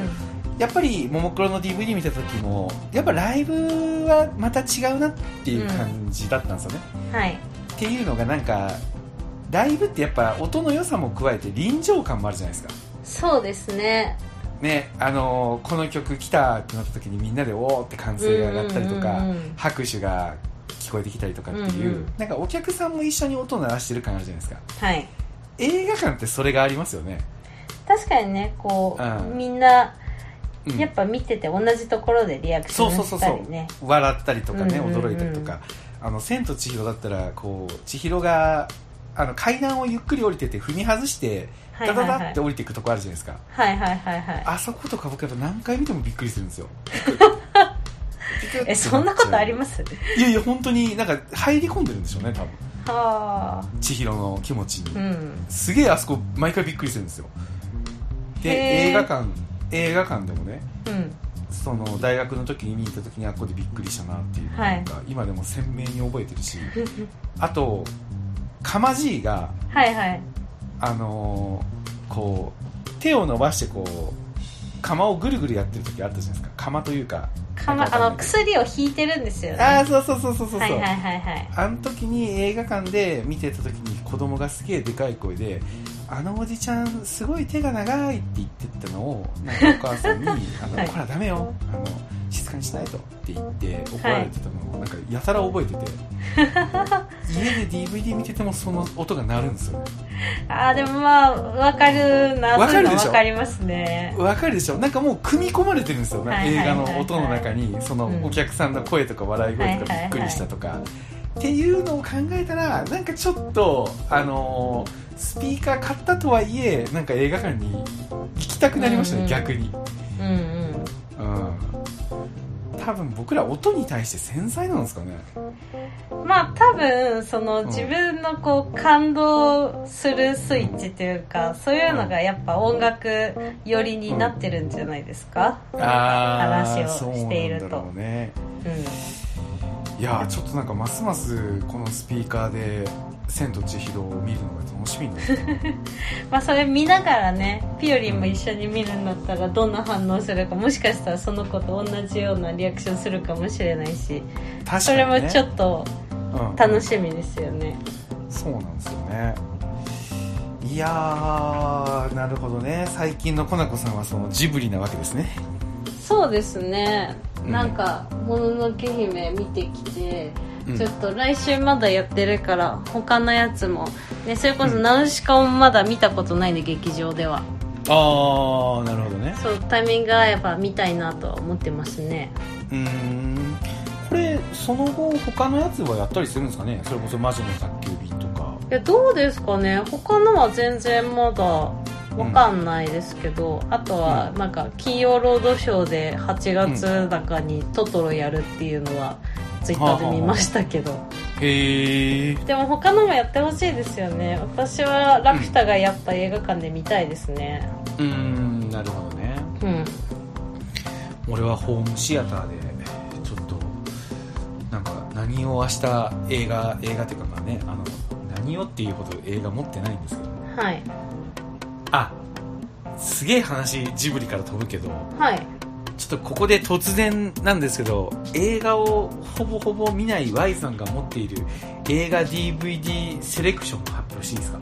[SPEAKER 1] やっぱりももクロの DVD 見た時もやっぱライブはまた違うなっていう感じだったんですよね、
[SPEAKER 2] はい
[SPEAKER 1] っていうのがなんかライブってやっぱ音の良さも加えて臨場感もあるじゃないですか
[SPEAKER 2] そうですね
[SPEAKER 1] ねあのーこの曲来たってなった時にみんなでおーって歓声が上がったりとか、
[SPEAKER 2] うんうんうんうん
[SPEAKER 1] 拍手が聞こえてきたりとかっていう、
[SPEAKER 2] うんうん
[SPEAKER 1] なんかお客さんも一緒に音鳴らしてる感あるじゃないですか
[SPEAKER 2] はい
[SPEAKER 1] 映画館ってそれがありますよね、
[SPEAKER 2] 確かにねこう、
[SPEAKER 1] うん
[SPEAKER 2] みんな
[SPEAKER 1] うん
[SPEAKER 2] やっぱ見てて同じところでリアクシ
[SPEAKER 1] そ
[SPEAKER 2] ョ
[SPEAKER 1] うそう
[SPEAKER 2] ン
[SPEAKER 1] そう
[SPEAKER 2] した
[SPEAKER 1] そ
[SPEAKER 2] りね
[SPEAKER 1] う笑ったりとかね、
[SPEAKER 2] うんうんうん
[SPEAKER 1] 驚いたりとかあの「千と千尋」だったらこう千尋があの階段をゆっくり降りてて踏み外して
[SPEAKER 2] は
[SPEAKER 1] ダ
[SPEAKER 2] い
[SPEAKER 1] ダ
[SPEAKER 2] はいは
[SPEAKER 1] ダっ
[SPEAKER 2] い
[SPEAKER 1] て降りていくとこあるじゃないですか、
[SPEAKER 2] はいはいはいはい
[SPEAKER 1] あそことか僕やっぱ何回見てもびっくりするんですよ
[SPEAKER 2] えそんなことありますす
[SPEAKER 1] いやいや本当になんか入り込んでるんでしょうね多分
[SPEAKER 2] はあ
[SPEAKER 1] 千尋の気持ちに、
[SPEAKER 2] うん
[SPEAKER 1] すげえあそこ毎回びっくりするんですよで
[SPEAKER 2] へー
[SPEAKER 1] 映画館映画館でもね
[SPEAKER 2] うん
[SPEAKER 1] その大学の時に見に行った時にあっこでびっくりしたなっていうのが、
[SPEAKER 2] はい
[SPEAKER 1] 今でも鮮明に覚えてるしあとかまじいが
[SPEAKER 2] はいはい
[SPEAKER 1] あのーこう手を伸ばしてこう釜をぐるぐるやってる時あったじゃないですか釜というか
[SPEAKER 2] か
[SPEAKER 1] なん
[SPEAKER 2] まあ
[SPEAKER 1] わか
[SPEAKER 2] の
[SPEAKER 1] んないけ
[SPEAKER 2] 薬を引いてるんですよ
[SPEAKER 1] ど
[SPEAKER 2] ね
[SPEAKER 1] ああそうそうそうそうそうそう、
[SPEAKER 2] はいはいはいはい
[SPEAKER 1] あの時に映画館で見てた時に子供がすげえでかい声で「あのおじちゃんすごい手が長い」って言ってったのをなんかお母さん に「あの
[SPEAKER 2] はい
[SPEAKER 1] ほらダメよあの静かにしないと」って言って怒られてたのをなんかやたら覚えてて 家で DVD 見ててもその音が鳴るんですよ
[SPEAKER 2] あーでもまあわかるな
[SPEAKER 1] わかるでしょ
[SPEAKER 2] そういうのわかりますね
[SPEAKER 1] わかるでしょなんかもう組み込まれてるんですよ、
[SPEAKER 2] はいはい
[SPEAKER 1] 映
[SPEAKER 2] はいは
[SPEAKER 1] 画
[SPEAKER 2] い
[SPEAKER 1] の音の中にその
[SPEAKER 2] うん
[SPEAKER 1] お客さんの声とか笑い声とかびっくりしたとか、っていうのを考えたらなんかちょっとあのースピーカー買ったとはいえなんか映画館に行きたくなりましたね、
[SPEAKER 2] うんうん
[SPEAKER 1] 逆に、
[SPEAKER 2] うんうん
[SPEAKER 1] うん、多分僕ら音に対して繊細なんですかね
[SPEAKER 2] まあ多分その
[SPEAKER 1] ん
[SPEAKER 2] 自分のこう感動するスイッチというかそういうのがやっぱ音楽寄りになってるんじゃないですか、
[SPEAKER 1] あー
[SPEAKER 2] 話をしている
[SPEAKER 1] そうなん
[SPEAKER 2] と
[SPEAKER 1] だろうね
[SPEAKER 2] うん、
[SPEAKER 1] いやーちょっとなんかますますこのスピーカーで「千と千尋」を見るのが楽しみになってきた
[SPEAKER 2] まあそれ見ながらねピオリンも一緒に見るんだったらどんな反応するかもしかしたらその子と同じようなリアクションするかもしれないし
[SPEAKER 1] 確かに、ね、
[SPEAKER 2] それもちょっと
[SPEAKER 1] うん
[SPEAKER 2] 楽しみですよね
[SPEAKER 1] そうなんですよねいやーなるほどね最近のコナコさんはそのジブリなわけですね
[SPEAKER 2] そうですね
[SPEAKER 1] うん
[SPEAKER 2] なんか「もののけ姫」見てきて
[SPEAKER 1] うん
[SPEAKER 2] ちょっと来週まだやってるから他のやつも、ね、それこそ
[SPEAKER 1] うん
[SPEAKER 2] ナウシカもまだ見たことないんで劇場では
[SPEAKER 1] ああなるほどね
[SPEAKER 2] そうタイミング合えば見たいなとは思ってますね
[SPEAKER 1] うーんこれその後他のやつはやったりするんですかねそれこそ魔女の宅急便とか
[SPEAKER 2] いやどうですかね他のは全然まだわかんないですけど、あとはなんか金曜ロードショーで8月中にトトロやるっていうのはツイッターで見ましたけど、
[SPEAKER 1] へえ
[SPEAKER 2] でも他のもやってほしいですよね私はラピュタがやっぱ映画館で見たいですね
[SPEAKER 1] うーんなるほどね
[SPEAKER 2] うん
[SPEAKER 1] 俺はホームシアターでちょっとなんか何を明日映画映画っていうかまあねあの何をっていうほど映画持ってないんですけど
[SPEAKER 2] はい
[SPEAKER 1] あすげえ話ジブリから飛ぶけど
[SPEAKER 2] はい
[SPEAKER 1] ちょっとここで突然なんですけど映画をほぼほぼ見ない Y さんが持っている映画 DVD セレクションを発表していいですか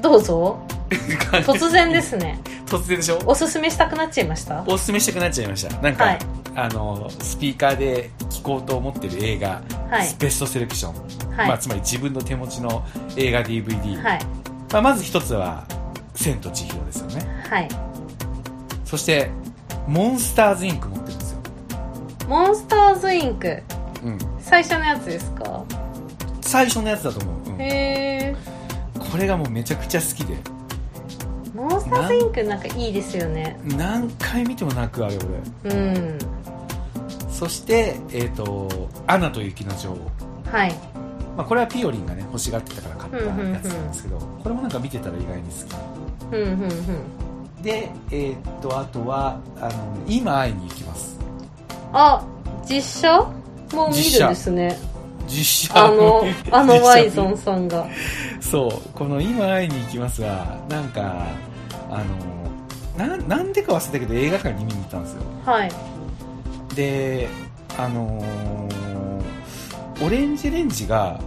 [SPEAKER 2] どうぞ突然ですね
[SPEAKER 1] 突然でしょ
[SPEAKER 2] おすすめしたくなっちゃいました
[SPEAKER 1] おすすめしたくなっちゃいましたなんか、
[SPEAKER 2] はい
[SPEAKER 1] あのスピーカーで聴こうと思ってる映画、
[SPEAKER 2] はい
[SPEAKER 1] ベストセレクション、
[SPEAKER 2] はい
[SPEAKER 1] まあ、つまり自分の手持ちの映画 DVD、
[SPEAKER 2] はい
[SPEAKER 1] まあ、まず一つは「千と千尋」ですよね
[SPEAKER 2] はい
[SPEAKER 1] そして「モンスターズインク」持ってるんですよ
[SPEAKER 2] モンスターズインク
[SPEAKER 1] うん
[SPEAKER 2] 最初のやつですか
[SPEAKER 1] 最初のやつだと思う、うん
[SPEAKER 2] へえ
[SPEAKER 1] これがもうめちゃくちゃ好きで
[SPEAKER 2] モンスターズインクなんかいいですよね
[SPEAKER 1] 何回見ても泣くあれ俺
[SPEAKER 2] うん
[SPEAKER 1] そしてえっ、と「アナと雪の女王
[SPEAKER 2] はい」
[SPEAKER 1] まあ、これはピオリンがね欲しがってたから買ったやつなんですけど、これもなんか見てたら意外に好
[SPEAKER 2] うんうんうん
[SPEAKER 1] きでえっ、とあとはあの「今会いに行きます
[SPEAKER 2] あ実写もう見るんですね」
[SPEAKER 1] 実 実写
[SPEAKER 2] あのあのワイゾ
[SPEAKER 1] 実
[SPEAKER 2] ン
[SPEAKER 1] 写
[SPEAKER 2] さんが
[SPEAKER 1] そうこの「今会いに行きますが」なんかあのななんでか忘れたけど映画館に見に行ったんですよ
[SPEAKER 2] はい
[SPEAKER 1] であのーオレンジレンジが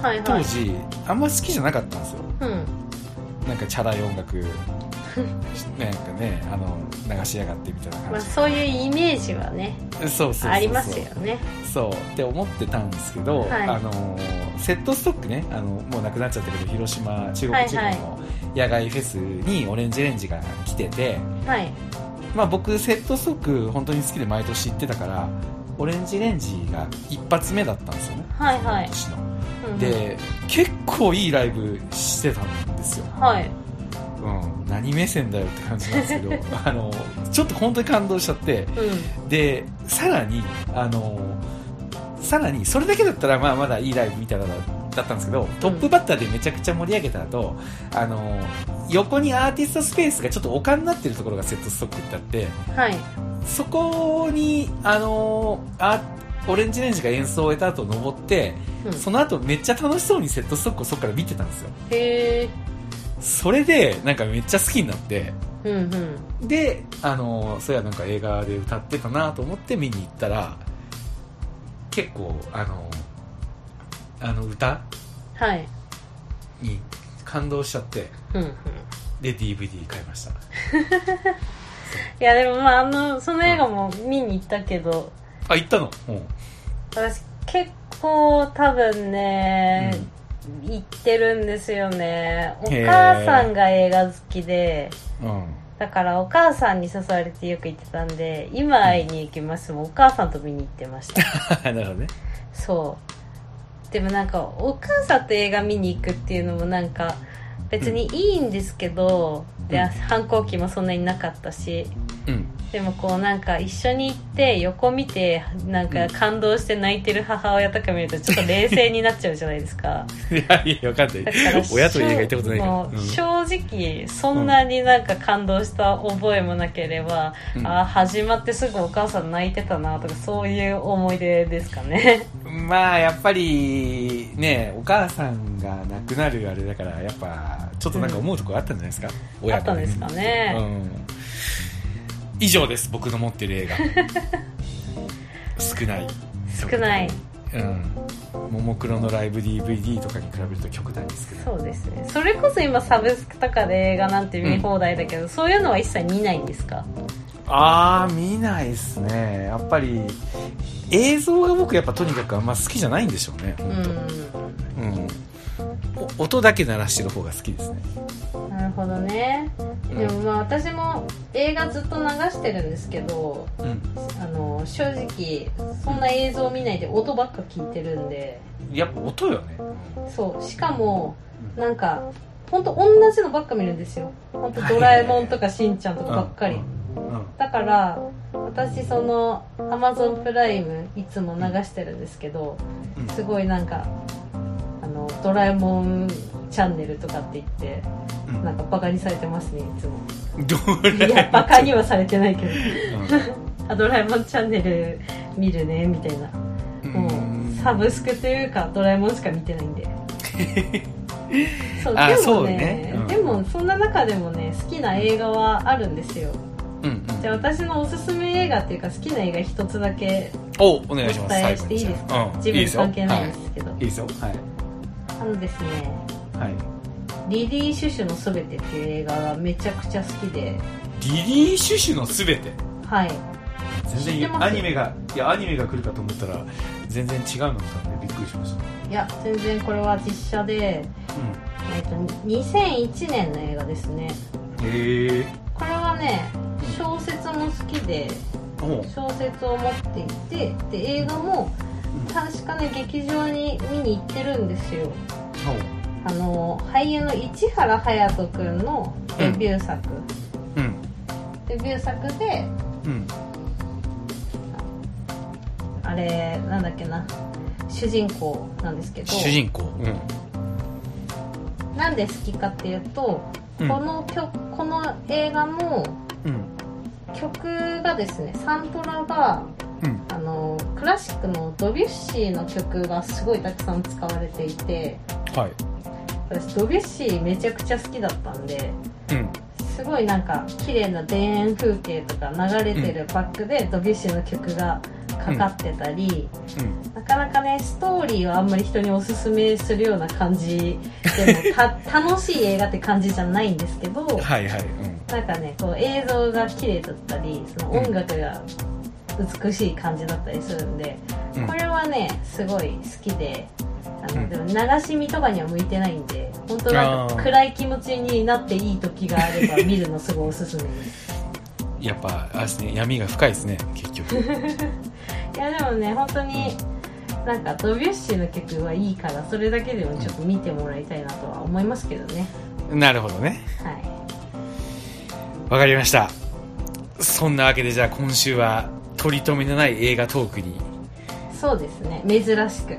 [SPEAKER 2] はいは
[SPEAKER 1] 当
[SPEAKER 2] い
[SPEAKER 1] 時あんま好きじゃなかったんですよ
[SPEAKER 2] うん
[SPEAKER 1] なんかチャラい音楽 なんかねあの流しやがってみたいな
[SPEAKER 2] まあ
[SPEAKER 1] 感じ、
[SPEAKER 2] そういうイメージはね
[SPEAKER 1] そうそうそうそう
[SPEAKER 2] ありますよね
[SPEAKER 1] そうって思ってたんですけど、
[SPEAKER 2] はい
[SPEAKER 1] あのーセットストックねあのもうなくなっちゃったけど広島中国地方の野外フェスにオレンジレンジが来てて、
[SPEAKER 2] はい
[SPEAKER 1] まあ、僕セットストック本当に好きで毎年行ってたからオレンジレンジが一発目だったんですよね、
[SPEAKER 2] はいはい
[SPEAKER 1] その
[SPEAKER 2] うん
[SPEAKER 1] 年ので結構いいライブしてたんですよ、
[SPEAKER 2] はい
[SPEAKER 1] うん、何目線だよって感じなんですけ どあのちょっと本当に感動しちゃって
[SPEAKER 2] う
[SPEAKER 1] でさらにあのさらにそれだけだったらまあまだいいライブみたいなのだったんですけどトップバッターでめちゃくちゃ盛り上げた後、あの横にアーティストスペースがちょっと丘になってるところがセットストックってあって
[SPEAKER 2] んはい
[SPEAKER 1] そこにあのあオレンジレンジが演奏を終えた後登って
[SPEAKER 2] うん
[SPEAKER 1] その後めっちゃ楽しそうにセットストックをそこから見てたんですよ
[SPEAKER 2] へえ
[SPEAKER 1] それでなんかめっちゃ好きになって
[SPEAKER 2] うんうん
[SPEAKER 1] で、あのそういやなんか映画で歌ってたなと思って見に行ったら結構、あのあの歌
[SPEAKER 2] はい
[SPEAKER 1] に感動しちゃって
[SPEAKER 2] うんうん
[SPEAKER 1] で DVD 買いました
[SPEAKER 2] いやでもまああのその映画も見に行ったけど
[SPEAKER 1] あ行ったのうん
[SPEAKER 2] 私結構多分ね、行ってるんですよねお
[SPEAKER 1] へー
[SPEAKER 2] 母さんが映画好きで
[SPEAKER 1] うん
[SPEAKER 2] だからお母さんに誘われてよく行ってたんで「今会いに行きます」もお母さんと見に行ってました
[SPEAKER 1] なるほどね
[SPEAKER 2] そうでもなんかお母さんと映画見に行くっていうのもなんか別にいいんですけど、
[SPEAKER 1] ん
[SPEAKER 2] で反抗期もそんなになかったし
[SPEAKER 1] うん
[SPEAKER 2] でもこうなんか一緒に行って横見てなんか感動して泣いてる母親とか見るとちょっと冷静になっちゃうじゃないです か
[SPEAKER 1] いやいやわかんな
[SPEAKER 2] だ
[SPEAKER 1] い
[SPEAKER 2] から
[SPEAKER 1] 親と映画行ったことないから
[SPEAKER 2] もう正直そんなになんか感動した覚えもなければ、
[SPEAKER 1] うん
[SPEAKER 2] ああ始まってすぐお母さん泣いてたなとかそういう思い出ですかね
[SPEAKER 1] うんまあやっぱりねお母さんが亡くなるあれだからやっぱちょっとなんか思うとこあったんじゃないですか、
[SPEAKER 2] あ
[SPEAKER 1] 親
[SPEAKER 2] ったんですかね、
[SPEAKER 1] うん、以上です僕の持ってる映画少ない
[SPEAKER 2] 少ない
[SPEAKER 1] うんももクロのライブ DVD とかに比べると極端ですけど
[SPEAKER 2] そうですねそれこそ今サブスクとかで映画なんて見放題だけど、そういうのは一切見ないんですか
[SPEAKER 1] ああ見ないですねやっぱり映像が僕やっぱとにかくあんま好きじゃないんでしょうね
[SPEAKER 2] う
[SPEAKER 1] 本
[SPEAKER 2] ん
[SPEAKER 1] 当うん、お音だけ鳴らしてる方が好きですね
[SPEAKER 2] なるほどねでもまあ私も映画ずっと流してるんですけど
[SPEAKER 1] うん
[SPEAKER 2] あの正直そんな映像見ないで音ばっか聞いてるんで
[SPEAKER 1] やっぱ音よね
[SPEAKER 2] そうしかもなんかほんと同じのばっか見るんですよほんとドラえもんとかしんちゃんとかばっかり
[SPEAKER 1] うんうん
[SPEAKER 2] だから私そのアマゾンプライムいつも流してるんですけど
[SPEAKER 1] うん
[SPEAKER 2] すごいなんかあのドラえもんチャンネルとかって言って
[SPEAKER 1] うん
[SPEAKER 2] なんかバカにされてますねいつも
[SPEAKER 1] どれ
[SPEAKER 2] いやバカにはされてないけど
[SPEAKER 1] う
[SPEAKER 2] あドラえもんチャンネル見るねみたいな、も
[SPEAKER 1] ん
[SPEAKER 2] うサブスクというかドラえもんしか見てな いんでそう
[SPEAKER 1] あ
[SPEAKER 2] で
[SPEAKER 1] そ
[SPEAKER 2] も
[SPEAKER 1] う
[SPEAKER 2] ね
[SPEAKER 1] ねうん
[SPEAKER 2] でもそんな中でもね好きな映画はあるんですよ
[SPEAKER 1] うんうん
[SPEAKER 2] じゃあ私のおすすめ映画っていうか好きな映画一つだけ
[SPEAKER 1] おお願いしま
[SPEAKER 2] お
[SPEAKER 1] す
[SPEAKER 2] 伝えしていいですか、
[SPEAKER 1] うん
[SPEAKER 2] 自
[SPEAKER 1] いい
[SPEAKER 2] 分
[SPEAKER 1] ですよ
[SPEAKER 2] 関係ないんですけど
[SPEAKER 1] はいいいですよはい
[SPEAKER 2] あのですね
[SPEAKER 1] はい
[SPEAKER 2] リリー・シュシュのすべてっていう映画がめちゃくちゃ好きで
[SPEAKER 1] リリー・シュシュのすべて
[SPEAKER 2] はい知っ
[SPEAKER 1] 全
[SPEAKER 2] て
[SPEAKER 1] 然
[SPEAKER 2] ます
[SPEAKER 1] アニメがいやアニメが来るかと思ったら全然違うの来たんでびっくりしました
[SPEAKER 2] いや全然これは実写で、
[SPEAKER 1] う
[SPEAKER 2] えっと2001年の映画です
[SPEAKER 1] ん
[SPEAKER 2] ね
[SPEAKER 1] へえ
[SPEAKER 2] これはね小説も好きで
[SPEAKER 1] おう
[SPEAKER 2] 小説を持っていてで映画も確かね劇場に見に行ってるんですよあの俳優の市原隼人君のデビュー作、
[SPEAKER 1] おううん
[SPEAKER 2] デビュー作で
[SPEAKER 1] うん
[SPEAKER 2] あれなんだっけな主人公なんですけど
[SPEAKER 1] 主人公うん
[SPEAKER 2] なんで好きかっていうと、
[SPEAKER 1] うん
[SPEAKER 2] この曲この映画も
[SPEAKER 1] うん
[SPEAKER 2] 曲がですねサントラが
[SPEAKER 1] ううん
[SPEAKER 2] あのクラシックのドビュッシーの曲がすごいたくさん使われていて
[SPEAKER 1] はい
[SPEAKER 2] 私ドビュッシーめちゃくちゃ好きだったんで
[SPEAKER 1] うん
[SPEAKER 2] すごいなんか綺麗な田園風景とか流れてるバックでドビュッシーの曲がかかってたり、
[SPEAKER 1] うん
[SPEAKER 2] なかなかねストーリーはあんまり人におすすめするような感じでもた 楽しい映画って感じじゃないんですけど
[SPEAKER 1] はいはいうん
[SPEAKER 2] なんかねこう映像が綺麗だったりその音楽が美しい感じだったりするんで、
[SPEAKER 1] うん
[SPEAKER 2] これはねすごい好きであの、
[SPEAKER 1] うん
[SPEAKER 2] でも流し見とかには向いてないんで本当なん
[SPEAKER 1] あ
[SPEAKER 2] か
[SPEAKER 1] ー
[SPEAKER 2] 暗い気持ちになっていい時があれば見るのすごいおすすめです
[SPEAKER 1] やっぱあれですね闇が深いですね結局
[SPEAKER 2] いやでもね本当になんかドビュッシーの曲はいいからそれだけでもちょっと見てもらいたいなとは思いますけどね
[SPEAKER 1] なるほどね
[SPEAKER 2] は
[SPEAKER 1] わかりましたそんなわけでじゃあ今週は取り留めのない映画トークに
[SPEAKER 2] いそうですね珍しく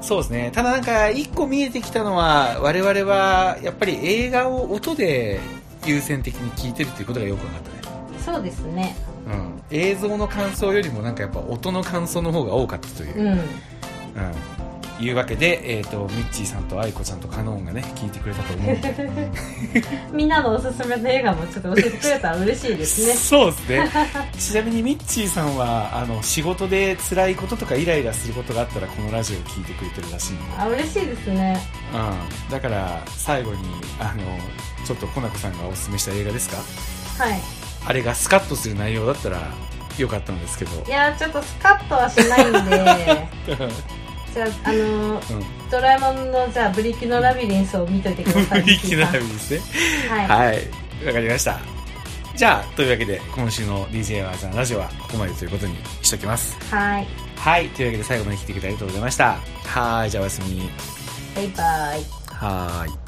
[SPEAKER 1] そうですねただなんか一個見えてきたのは我々はやっぱり映画を音で優先的に聞いてるっていうことがよく分かったね
[SPEAKER 2] そうですね
[SPEAKER 1] うん、映像の感想よりもなんかやっぱ音の感想の方が多かったという、
[SPEAKER 2] うん
[SPEAKER 1] うんいうわけで、えー、とミッチーさんと愛子ちゃんとカノンがね聞いてくれたと思うんで
[SPEAKER 2] みんなのおすすめの映画もちょっと教えてくれたら嬉しいですね。
[SPEAKER 1] そうですねちなみにミッチーさんはあの仕事で辛いこととかイライラすることがあったらこのラジオを聞いてくれてるらしいので、
[SPEAKER 2] あ、嬉しいですね。
[SPEAKER 1] うん、だから最後にあのちょっとコナコさんがおすすめした映画ですか
[SPEAKER 2] はい。
[SPEAKER 1] あれがスカッとする内容だったらよかったんですけど
[SPEAKER 2] いやー、ちょっとスカッとはしないん で、 じゃあ、あのー、
[SPEAKER 1] うん
[SPEAKER 2] ドラえもんの、じゃあ、ブリキのラビリンスを見といてくださ い。
[SPEAKER 1] 無理気な
[SPEAKER 2] はい
[SPEAKER 1] ですね
[SPEAKER 2] い。
[SPEAKER 1] はい、わかりました。じゃあ、というわけで、今週の DJ ワーザンラジオはここまでということにしときます。
[SPEAKER 2] はい。
[SPEAKER 1] はい、というわけで最後まで聞いてくれてありがとうございました。はーい、じゃあおやすみ。
[SPEAKER 2] バイバイ。
[SPEAKER 1] はーい。